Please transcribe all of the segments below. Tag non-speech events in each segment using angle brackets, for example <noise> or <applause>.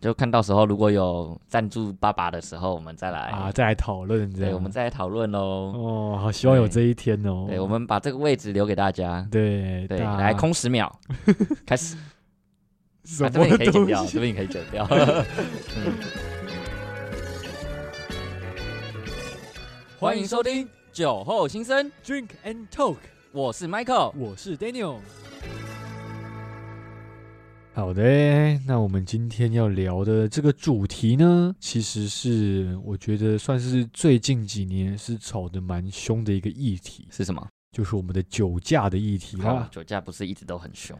就看到时候如果有赞助爸爸的时候，我们再来啊，再来讨论这对，样。我们再来讨论喽。哦，好希望有这一天哦。对，我们把这个位置留给大家。对对，大家来空十 <laughs> 秒，开始。什啊、这边么你可以剪东掉，西这？边你可以剪 <laughs> 掉。嗯欢迎收听酒后心声， Drink and Talk，我是 Michael。我是 Daniel。好的，那我们今天要聊的这个主题呢，其实是我觉得算是最近几年是吵得蛮凶的一个议题，是什么？就是我们的酒驾的议题好啦。酒驾不是一直都很凶，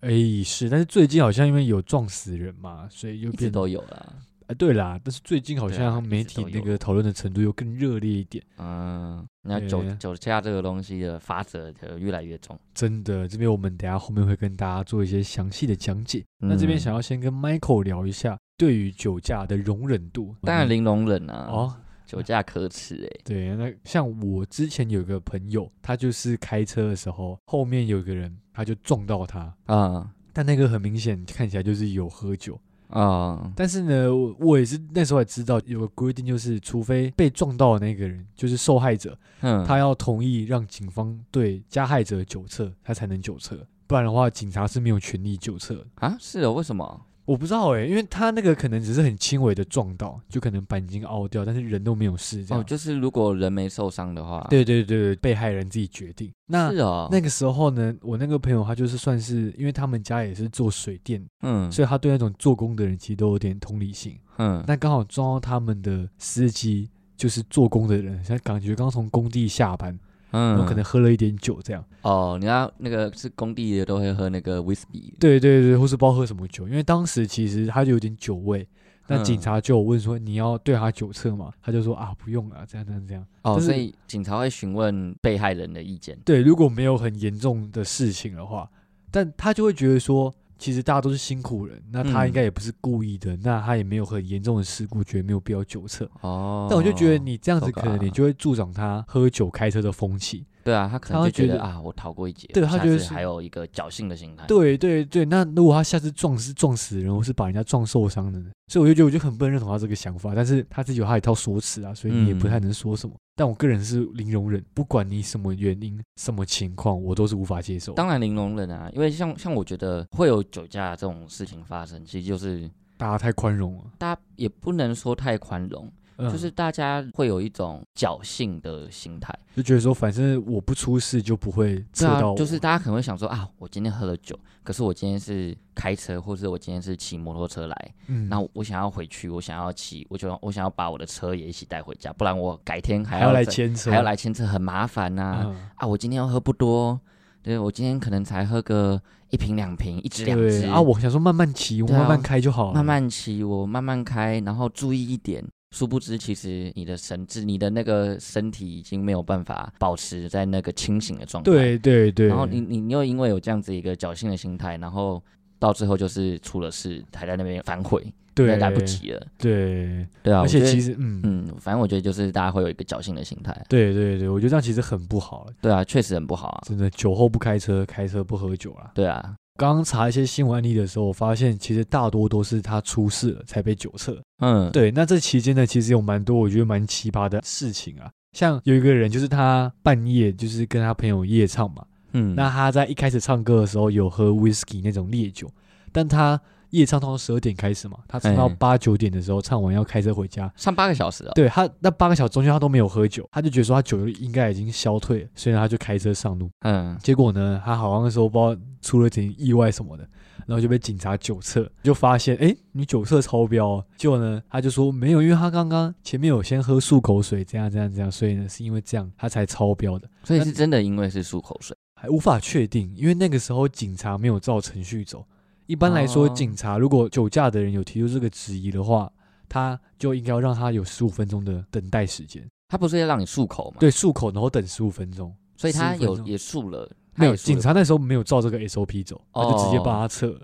哎、是，但是最近好像因为有撞死人嘛，所以又一直变都有啦。啊，对啦，但是最近好对啊像一媒直都体那有个讨论的程度又更热烈一点。嗯，那酒对酒驾这个东西的法则就越来越重。真的，这边我们等一下后面会跟大家做一些详细的讲解。那这嗯边想要先跟 Michael 聊一下对于酒驾的容忍度。当然嗯零容忍啊，哦，酒驾可耻哎、对，那像我之前有个朋友，他就是开车的时候，后面有个人他就撞到他，啊但那个很明显看起来就是有喝酒。啊，但是呢，我我也是那时候也知道有个规定，就是除非被撞到的那个人就是受害者，嗯，他要同意让警方对加害者酒测，他才能酒测，不然的话，警察是没有权利酒测的。啊是哦，为什么？我不知道哎、因为他那个可能只是很轻微的撞到，就可能板已经凹掉，但是人都没有事这样。哦，就是如果人没受伤的话，，对对对对，被害人自己决定。那是哦，那个时候呢，我那个朋友他就是算是，因为他们家也是做水电，嗯所以他对那种做工的人其实都有点同理心。嗯，那刚好撞到他们的司机就是做工的人，像感觉刚从工地下班，然嗯后可能喝了一点酒这样。哦，你要那个是工地的都会喝那个 whisky，对对对，或是不知道喝什么酒，因为当时其实他就有点酒味，那嗯警察就有问说你要对他酒测嘛，他就说啊不用了，这样这样这样。哦，但是所以警察会询问被害人的意见，对，如果没有很严重的事情的话，但他就会觉得说，其实大家都是辛苦人，那他嗯应该也不是故意的，那他也没有很严重的事故，觉得没有必要酒测。哦，但我就觉得你这样糟子，可能糕你就会助长他喝酒开车的风气。对啊，他可他能会就觉觉得得啊，我逃过一劫，对我他下觉得次是还有一个侥幸的心态，对对对，那如果他下次撞是撞死人，或是把人家撞受伤的呢？所以我就觉得我就很不能认同他这个想法，但是他自己有他一套说辞啊，所以你也嗯不太能说什么。但我个人是零容忍，不管你什么原因、什么情况，我都是无法接受。当然零容忍啊，因为像像我觉得会有酒驾这种事情发生，其实就是大家太宽容了，大家也不能说太宽容，嗯、就是大家会有一种侥幸的心态，就觉得说，反正我不出事就不会测对啊到我、，就是大家可能会想说啊，我今天喝了酒，可是我今天是开车，或是我今天是骑摩托车来，嗯，那我想要回去，我想要骑，我就我想要把我的车也一起带回家，不然我改天还还要来再牵扯，还要来牵扯，很麻烦呐、啊。嗯我今天要喝不多，对我今天可能才喝个一瓶两瓶，一支两对支啊，我想说慢慢骑，我对啊慢慢开就好了，慢慢骑，我慢慢开，然后注意一点。殊不知，其实你的神智、你的那个身体已经没有办法保持在那个清醒的状态。。对对对，然后你你你又因为有这样子一个侥幸的心态，然后到最后就是出了事，还在那边反悔，对那来不，及了。对，对啊，而且其实，实嗯嗯，反正我觉得就是大家会有一个侥幸的心态。对对对，我觉得这样其实很不好，对啊，确实很不好啊。真的酒后不开车，开车不喝酒啦。对啊，刚刚查一些新闻案例的时候，我发现其实大多都是他出事了才被酒测。嗯，对，那这期间呢，其实有蛮多我觉得蛮奇葩的事情啊，像有一个人就是他半夜就是跟他朋友夜唱嘛，嗯，那他在一开始唱歌的时候有喝 whisky 那种烈酒，但他夜唱通常十二点开始嘛，他唱到嘿八九点的时候唱完要开车回家，上八个小时哦。对他那八个小时中间他都没有喝酒，他就觉得说他酒应该已经消退了，所以呢他就开车上路。嗯，结果呢，他好像那时候不知道出了点意外什么的，然后就被警察酒测，就发现哎你酒测超标哦。结果呢他就说没有，因为他刚刚前面有先喝漱口水，这样这样这样，所以呢是因为这样他才超标的，所以是真的因为是漱口水。还无法确定，因为那个时候警察没有照程序走。一般来说，哦警察如果酒驾的人有提出这个质疑的话，他就应该要让他有十五分钟的等待时间。他不是要让你漱口吗？对，漱口，然后等十五分钟。所以他15分有钟也输了，他没有，也输警了察那时候没有照这个 SOP 走，他就直接哦帮他测了。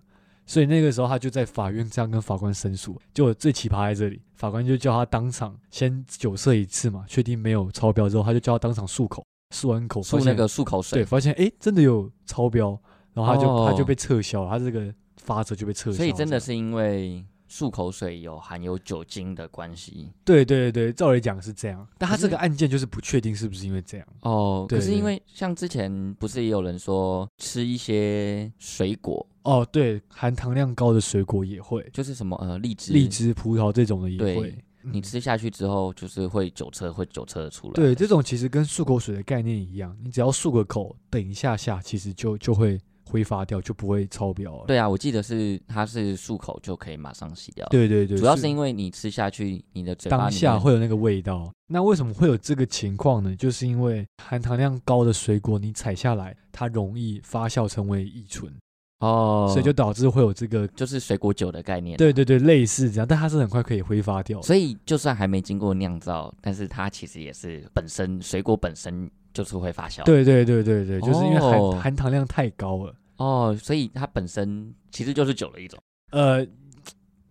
所以那个时候他就在法院这样跟法官申诉，就最奇葩在这里，法官就叫他当场先酒测一次嘛，确定没有超标之后，他就叫他当场漱口，漱完口发漱现那个漱口对，水，发现哎真的有超标，然后他就、他就哦被撤销了，他这个罚则就被撤销了，所以真的这是样因为漱口水有含有酒精的关系对对对，照理讲是这样，但他可这是个案件就是不确定是不是因为这样。哦。对可是对因为像之前不是也有人说吃一些水果，哦，对，含糖量高的水果也会，就是什么呃荔枝，荔，枝、葡萄这种的也对会。你嗯吃下去之后就是会酒车会酒车出来。对，这种其实跟漱口水的概念一样，你只要漱个口，等一下下，其实就就会挥发掉，就不会超标了。对啊，我记得是它是漱口就可以马上洗掉。对对对，主要是因为你吃下去，你的嘴巴当里下面会有那个味道。那为什么会有这个情况呢？就是因为含糖量高的水果，你采下来，它容易发酵成为乙醇，哦，所以就导致会有这个。就是水果酒的概念。，对对对，类似这样，但它是很快可以挥发掉。所以就算还没经过酿造，但是它其实也是本身水果本身就是会发酵。，对对对对对，就是因为含、哦含糖量太高了。哦，所以它本身其实就是酒的一种，呃，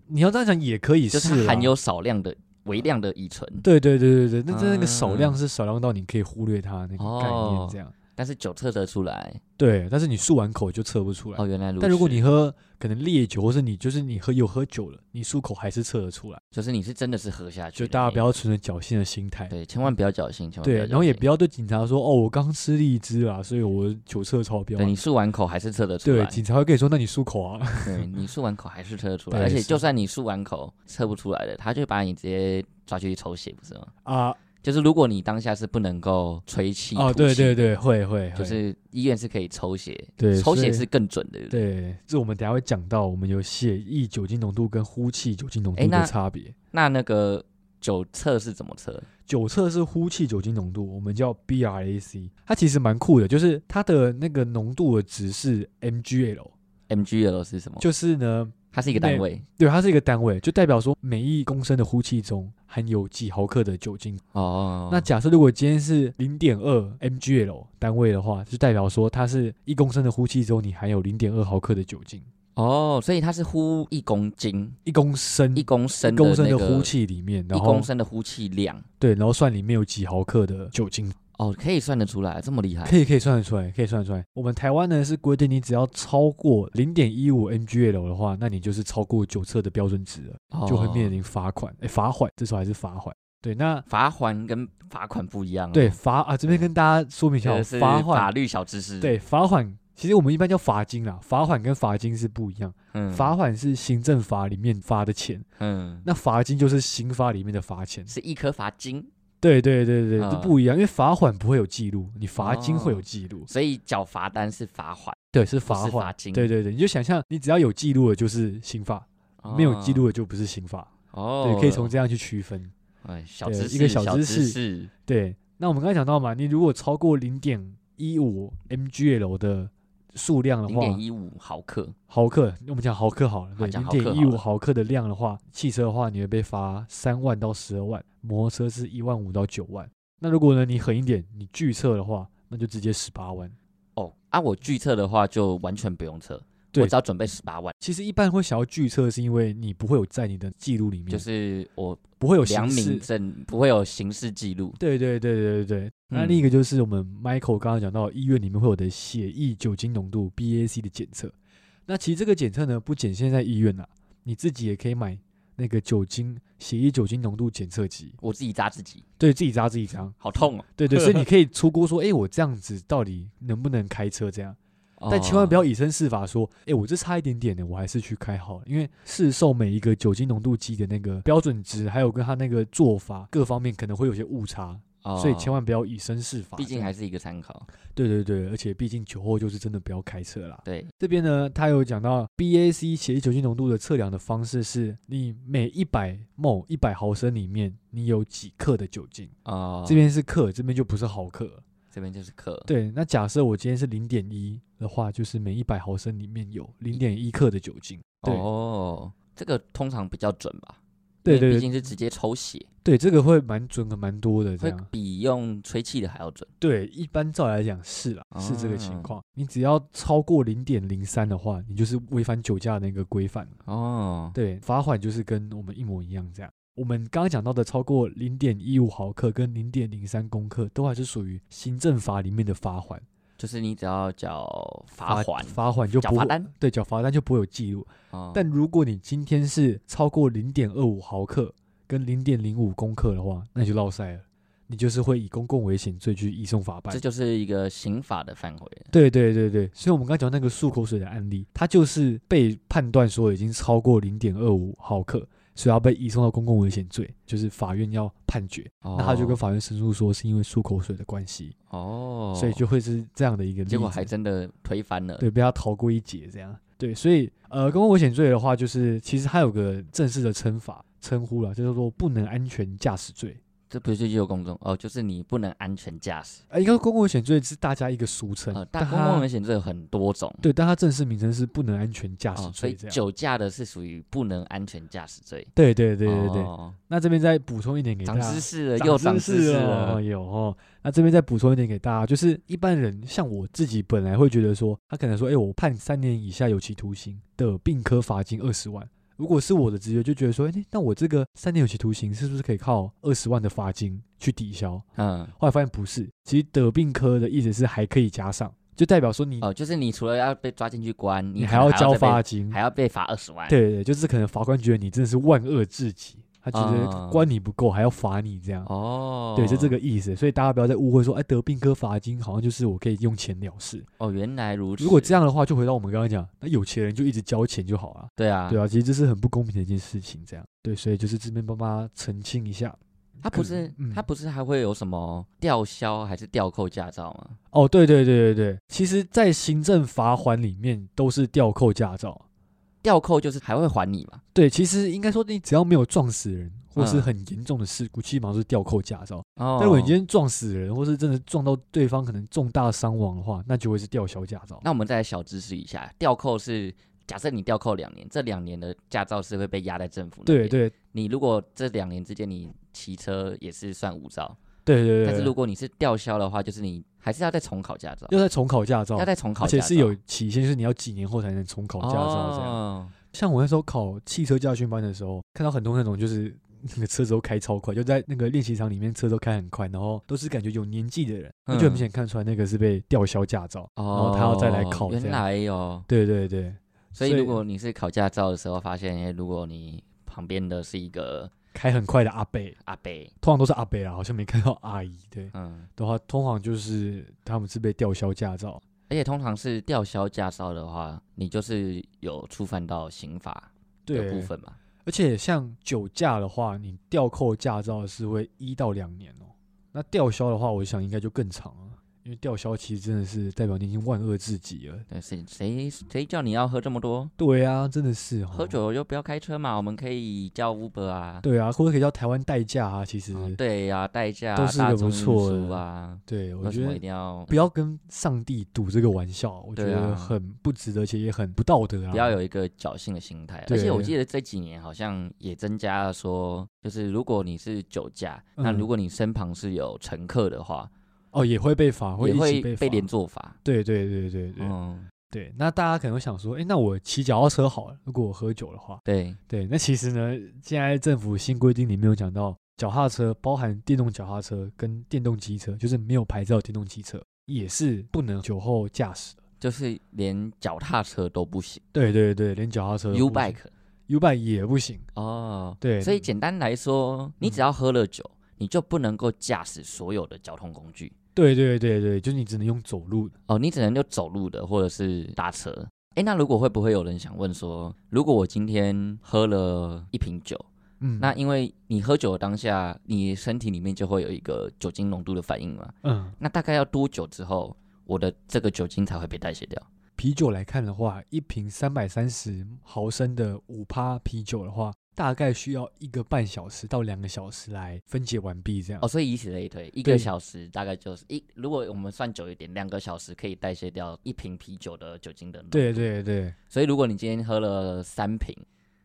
你要这样讲也可以就是是它含啦有少量的微量的乙醇，啊对对对对对，那真那个少量嗯是少量到你可以忽略它那个概念哦这样。但是酒测得出来。对，但是你漱完口就测不出来。哦，原来如此。但如果你喝可能烈酒，或是你就是你喝有喝酒了，你漱口还是测得出来。就是你是真的是喝下去的就那一，大家不要存着侥幸的心态。对，哦千万不要侥幸，千万对，然后也不要要对警察说哦，我刚吃荔枝啦，所以我酒测超侥幸。标啊对。你漱完口还是测得出对来，，警察会跟你说，那你漱口啊。对你漱完口还是测得出来，对而且是就算你漱完口测不出来的，他就把你直接抓去抽血，不是吗？啊就是如果你当下是不能够吹气，哦，吐对气对，对，会会会，就是医院是可以抽血，对抽所血以是更准的，对不对？对，这我们等一下会讲到，我们有血液酒精浓度跟呼气酒精浓诶度的那差别。那那个酒测是怎么测？酒测是呼气酒精浓度，我们叫 BRAC，它其实蛮酷的，就是它的那个浓度的值是 mgl，哦 mgl 是什么？就是呢，它是一个单位对，它是一个单位，就代表说每一公升的呼气中含有几毫克的酒精。哦。那假设如果今天是零点二 mgl 单位的话，就代表说它是一公升的呼气中你含有零点二毫克的酒精，哦，所以它是呼一公斤、一公升一公升一的公升那的个呼气里面，一然后公升的呼气量。对，然后算里面有几毫克的酒精哦，可以算得出来，这么厉害可以可以算得出来，可以算得出来。我们台湾呢是规定，你只要超过零点一五 mgl 的话，那你就是超过酒测的标准值了，哦就会面临临罚款，哎、罚款，这时候还是罚款。对，那罚款跟罚款不一样哦。对罚啊，这边跟大家说明一下这哦，个是罚法款，律小知识。，对罚款，其实我们一般叫罚金啦，罚款跟罚金是不一样，嗯罚款是行政法里面罚的钱，嗯，那罚金就是刑法里面的罚钱。是一颗罚金，对对对对，这嗯不一样，因为罚款不会有记录，你罚金会有哦记录。所以缴罚单是罚款，对，是不罚是款罚。金。对对对，你就想象，你只要有记录的，就是刑法；哦，没有记录的就不是刑法。哦，对，可以从这样去区分。哎小对知一识个小知知识识对，那我们刚才讲到嘛，你如果超过零点一五 mgl 的数量的零话，点一五毫克，毫克，我们讲毫克好了，好对，讲零毫克点一好五了毫克的量的话，汽车的话你会被罚三万到十二万，摩托车是一万五到九万。那如果呢你狠一点，你拒测的话，那就直接十八万。哦啊，我拒测的话就完全不用测，对我只要准备十八万，其实一般会想要拒测，是因为你不会有在你的记录里面，就是我不嗯会有良刑事民证不会有刑事记录。对对对对对对。那另一个就是我们 Michael 刚刚讲到，医院里面会有的血液酒精浓度 BAC 的检测。那其实这个检测呢，不仅限在医院啦、你自己也可以买那个酒精血液酒精浓度检测机，我自己扎自己，对自己扎自己扎。好痛哦！对对，所以你可以出锅说，哎、我这样子到底能不能开车这样？哦 <laughs> 但千万不要要以身试法，说，哎、我这差一点点的，我还是去开好了，因为市售每一个酒精浓度计的那个标准值，还有跟它那个做法各方面可能会有些误差，，哦所以千万不要以身试法。毕竟这样还是一个参考。对对对，而且毕竟酒后就是真的不要开车啦。对，这边呢，他有讲到 BAC 血液酒精浓度的测量的方式是，你每一百 ml 一百毫升里面你有几克的酒精，哦，这边是克，这边就不是毫克了。这边就是克，对，那假设我今天是零点一的话，就是每一百毫升里面有零点一克的酒精。对、哦，这个通常比较准吧？对因为对毕对竟是直接抽血，对，这个会蛮准的，蛮多的这会样。比用吹气的还要准。对，一般照来讲是啦，是这个情啊况。你只要超过零点零三的话，你就是违反酒驾的那个规范了。哦，对，罚款就是跟我们一模一样这样。我们刚刚讲到的超过零点一五毫克跟零点零三公克，都还是属于行政法里面的罚款，就是你只要缴罚罚款，罚款就缴不罚会单对缴罚单就不会有记录。哦但如果你今天是超过零点二五毫克跟零点零五公克的话，那你就落塞了，你就是会以公共危险罪去移送法办这。就是一个刑法的范围。对对对对，所以我们刚讲那个漱口水的案例，它就是被判断说已经超过零点二五毫克，所以要被移送到公共危险罪，就是法院要判决。那那他就跟法院申诉说是因为漱口水的关系，哦，所以就会是这样的一个例子。结果还真的推翻了。对，被他逃过一劫这样。对，所以呃，公共危险罪的话，就是其实它有个正式的称法称呼了，就是说不能安全驾驶罪。这不是有公众哦，就是你不能安全驾驶。呃，应该说公共危险罪是大家一个俗称，呃，但但公共它危险罪有很多种，对，但它正式名称是不能安全驾驶哦，所罪以这样。酒驾的是属于不能安全驾驶罪。对对对对对。哦那这边再补充一点给大长家知，识了，又长知识了，哦了。有哦。那这边再补充一点给大家，就是一般人像我自己本来会觉得说，他可能说，哎、我判三年以下有期徒刑的并科罚金二十万。如果是我的直觉，就觉得说，哎、那我这个三年有期徒刑是不是可以靠二十万的罚金去抵消？嗯，后来发现不是，其实得病科的意思是还可以加上，就代表说你、哦，就是你除了要被抓进去关，你可还能还要交再被罚，金还。要被罚二十万。对对对，就是可能法官觉得你真的是万恶至极，他觉啊得关你不够，还要罚你这样。哦，对，就这个意思，所以大家不要再误会说，哎，得病科罚金好像就是我可以用钱了事。哦，原来如此。如果这样的话，就回到我们刚刚讲，那有钱人就一直交钱就好了。对啊，对啊，其实这是很不公平的一件事情，这样。对，所以就是这边帮大家澄清一下。他不是嗯他不是还会有什么吊销还是吊扣驾照吗？哦，对对对对对，其实，在行政罚款里面都是吊扣驾照。吊扣就是还会还你嘛？对，其实应该说你只要没有撞死人或是嗯很严重的事故，基本上是吊扣驾照。哦，但如果你今天撞死人，或是真的撞到对方可能重大伤亡的话，那就会是吊销驾照。那我们再来小知识一下，吊扣是假设你吊扣两年，这两年的驾照是会被压在政府那对边。，对你如果这两年之间你骑车也是算无照，对对对。但是对如果你是吊销的话，就是你还是要再重考驾照，要再重考驾照要，再重考而驾照，且是有期限，就是你要几年后才能重考驾照这样。哦像我那时候考汽车驾训班的时候，看到很多那种就是那个车子都开超快，就在那个练习场里面车都开很快，然后都是感觉有年纪的人，那就很明显看出来那个是被吊销驾照。嗯哦，然后他要再来考这样原来哦，对对对，所以所以如果你是考驾照的时候发现，哎如果你旁边的是一个开很快的阿贝，阿伯，通常都是阿贝啦，好像没看到阿姨。对嗯，的话，通常就是他们是被吊销驾照。而且通常是吊销驾照的话，你就是有触犯到刑法的部对，分嘛。而且像酒驾的话，你吊扣驾照是会一到两年哦。那吊销的话，我想应该就更长了，因为吊销其实真的是代表你已经万恶至极了。对，谁谁谁叫你要喝这么多？对啊，真的是、哦、喝。酒就不要开车嘛，我们可以叫 Uber 啊。对啊，或者可以叫台湾代驾啊。其实，嗯对呀、代驾啊都是大个不众运错的输啊。对我为什觉么一得定要不要跟上帝赌这个玩笑，我觉对啊得很不值得，而且也很不道德啊。不要有一个侥幸的心态？啊而且我对记得这几年好像也增加了说，就是如果你是酒驾，那嗯如果你身旁是有乘客的话，哦，也会被罚，也一起会被被罚连。坐法。对对对对对、嗯，对，那大家可能会想说，哎，那我骑脚踏车好了，如果我喝酒的话，对，对，那其实呢，现在政府新规定里面有讲到，脚踏车包含电动脚踏车跟电动机车，就是没有牌照的电动机车也是不能酒后驾驶的。就是连脚踏车都不行对对对，连脚踏车，U bike U bike 也不行。哦。对，所以简单来说，你只要喝了酒，你就不能够驾驶所有的交通工具。对对对对，就是你只能用走路的。哦，你只能就走路的，或者是搭车。诶，那如果会不会有人想问说，如果我今天喝了一瓶酒，嗯，那因为你喝酒的当下，你身体里面就会有一个酒精浓度的反应嘛？嗯，那大概要多久之后，我的这个酒精才会被代谢掉？啤酒来看的话，一瓶三百三十毫升的五趴啤酒的话，大概需要一个半小时到两个小时来分解完毕，这样。哦，所以以此类推，一对个小时大概就是一，如果我们算久一点，两个小时可以代谢掉一瓶啤酒的酒精的浓。，对对对，所以如果你今天喝了三瓶，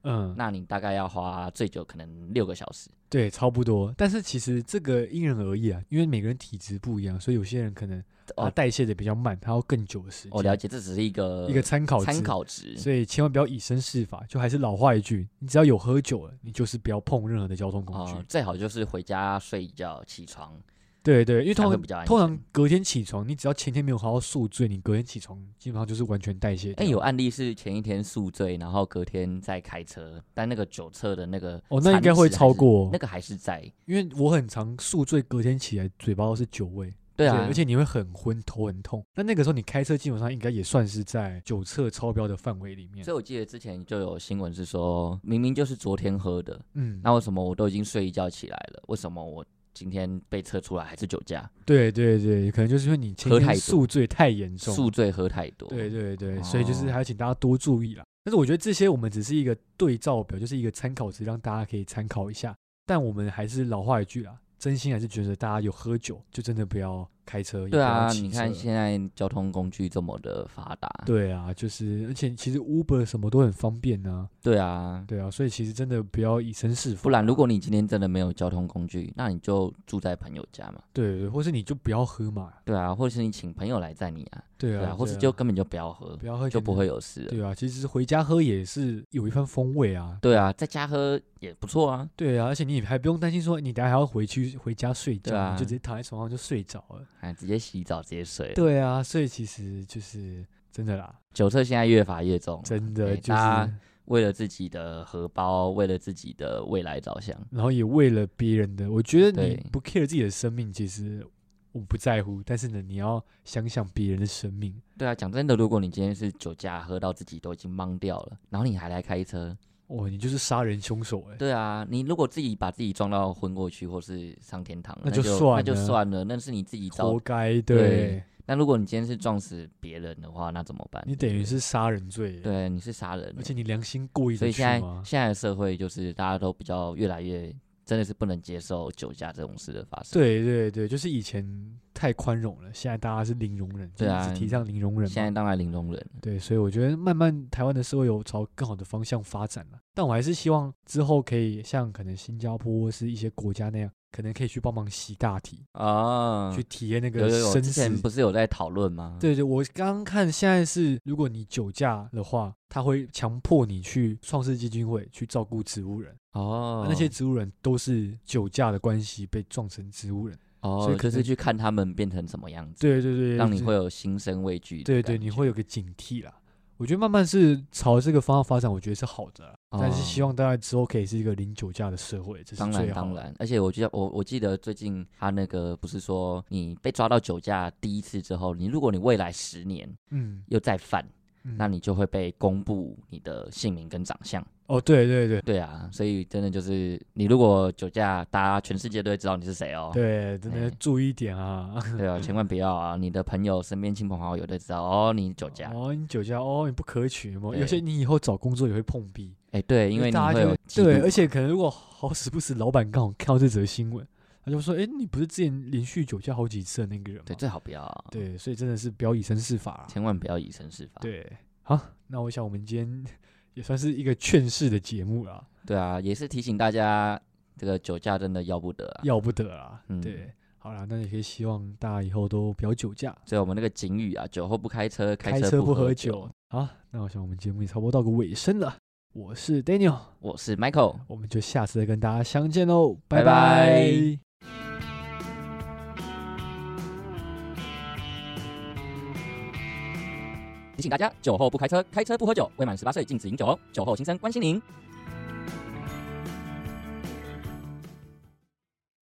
嗯，那你大概要花最久可能六个小时。对，差不多。但是其实这个因人而异啊，因为每个人体质不一样，所以有些人可能他哦代谢的比较慢，他要更久的时间。我、了解，这只是一个一个参考参值，考值。所以千万不要以身试法。就还是老话一句，你只要有哦喝酒了，你就是不要碰任何的交通工具。哦，最好就是回家睡一觉，起床对对，因为通才会常比较安通全常隔天起床，你只要前天没有好好宿醉，你隔天起床基本上就是完全代谢哎、掉。有案例是前一天宿醉，然后隔天再开车，但那个酒测的那个哦，那应该会残值超还是过哦，那个还是在。因为我很常宿醉，隔天起来嘴巴都是酒味。对啊，而且你会很昏，头很痛。那那个时候你开车基本上应该也算是在酒测超标的范围里面所。以我记得之前就有新闻是说，明明就是昨天喝的，嗯，那为什么我都已经睡一觉起来了，为什么我今天被测出来还是酒驾？对对对，可能就是因为你前喝太天多宿醉太严重，宿醉喝太多。对对对，所以就是哦还要请大家多注意啦。但是我觉得这些我们只是一个对照表，就是一个参考值，让大家可以参考一下。但我们还是老话一句啦，真心还是觉得大家有喝酒就真的不要开车，也不对要啊，骑你看车现在交通工具这么的发达，对啊，就是而且其实 Uber 什么都很方便啊，对啊，对啊，所以其实真的不要以身试法。不然如果你今天真的没有交通工具，那你就住在朋友家嘛。对对，或是你就不要喝嘛，对啊，或者是你请朋友来载你啊，对对啊，啊，或是对就根本就不要喝不，要喝，就不。会有事了。对啊，其实回家喝也是有一番风味啊。对啊，在家喝也不错啊。对啊，而且你也还不用担心说你等下还要回去回家睡觉，对啊你就直接躺在床上就睡着了。哎，直接洗澡，直接睡。对啊，所以其实就是真的啦，酒测现在越罚越重，真的哎就是，大家为了自己的荷包，为了自己的未来着想。然后也为了别人的，我觉得你对不 care 自己的生命，其实我不在乎，但是呢，你要想想别人的生命。对啊，讲真的，如果你今天是酒驾喝到自己都已经懵掉了，然后你还来开车，哇，你就是杀人凶手哎、对啊，你如果自己把自己撞到昏过去或是上天堂，那那就那就算了算了，那是你自己活造。该！对对那如果你今天是撞死别人的话，那怎么办？你等于是杀人罪、欸，对，你是杀人欸，而且你良心过意所得以去现在吗？现在的社会就是大家都比较越来越真的是不能接受酒驾这种事的发生。对对对，就是以前太宽容了，现在大家是零容忍，对啊就是提倡零容忍现在嘛。当然零容忍，对，所以我觉得慢慢台湾的社会有朝更好的方向发展了，但我还是希望之后可以像可能新加坡或是一些国家那样，可能可以去帮忙洗大体，啊去体验那有个有有，生之死。前不是有在讨论吗？对对，我刚刚看现在是，如果你酒驾的话，他会强迫你去创世基金会去照顾植物人，哦，那些植物人都是酒驾的关系被撞成植物人。所哦以，可就是能去看他们变成什么样子，对对对，让你就会有心生畏惧的对感觉。对，你会有个警惕啦。我觉得慢慢是朝这个方向发展，我觉得是好的啦、但是希哦望大家之后可以是一个零酒驾的社会，这是当最然好当的。然，而且我记得我我记得最近他那个不是说你被抓到酒驾第一次之后，你如果你未来十年嗯，又再犯，嗯那你就会被公布你的姓名跟长相。哦，对对对对啊，所以真的就是你如果酒驾，大家全世界都会知道你是谁哦。对，真的要哎注意一点啊！对啊，千万不要啊！你的朋友、身边亲朋好友都知道哦，你酒驾。 <laughs> 哦，你酒驾哦，你不可取有没有有对些你以后找工作也会碰壁，哎，对，因为你会大家就有会嫉妒对，而且可能如果好死不死，老板刚好看到这则新闻，他就说：“哎，你不是之前连续酒驾好几次的那个人吗？”对最好不要啊，对，所以真的是不要以身试法啊。千万不要以身试法。对，好，那我想我们今天 <laughs> 也算是一个劝世的节目啦，对啊，也是提醒大家，这个酒驾真的要不得啊。要不得啦。嗯对，好啦，那也可以希望大家以后都不要酒驾，所以我们那个警语啊，酒后不开车，开车不喝喝酒。。好，那我想我们节目也差不多到个尾声了，我是 Daniel，我是 Michael，我们就下次再跟大家相见喽，拜拜拜拜提醒大家，酒后不开车，开车不喝酒，未满十八岁禁止饮酒哦。酒后心生关心您。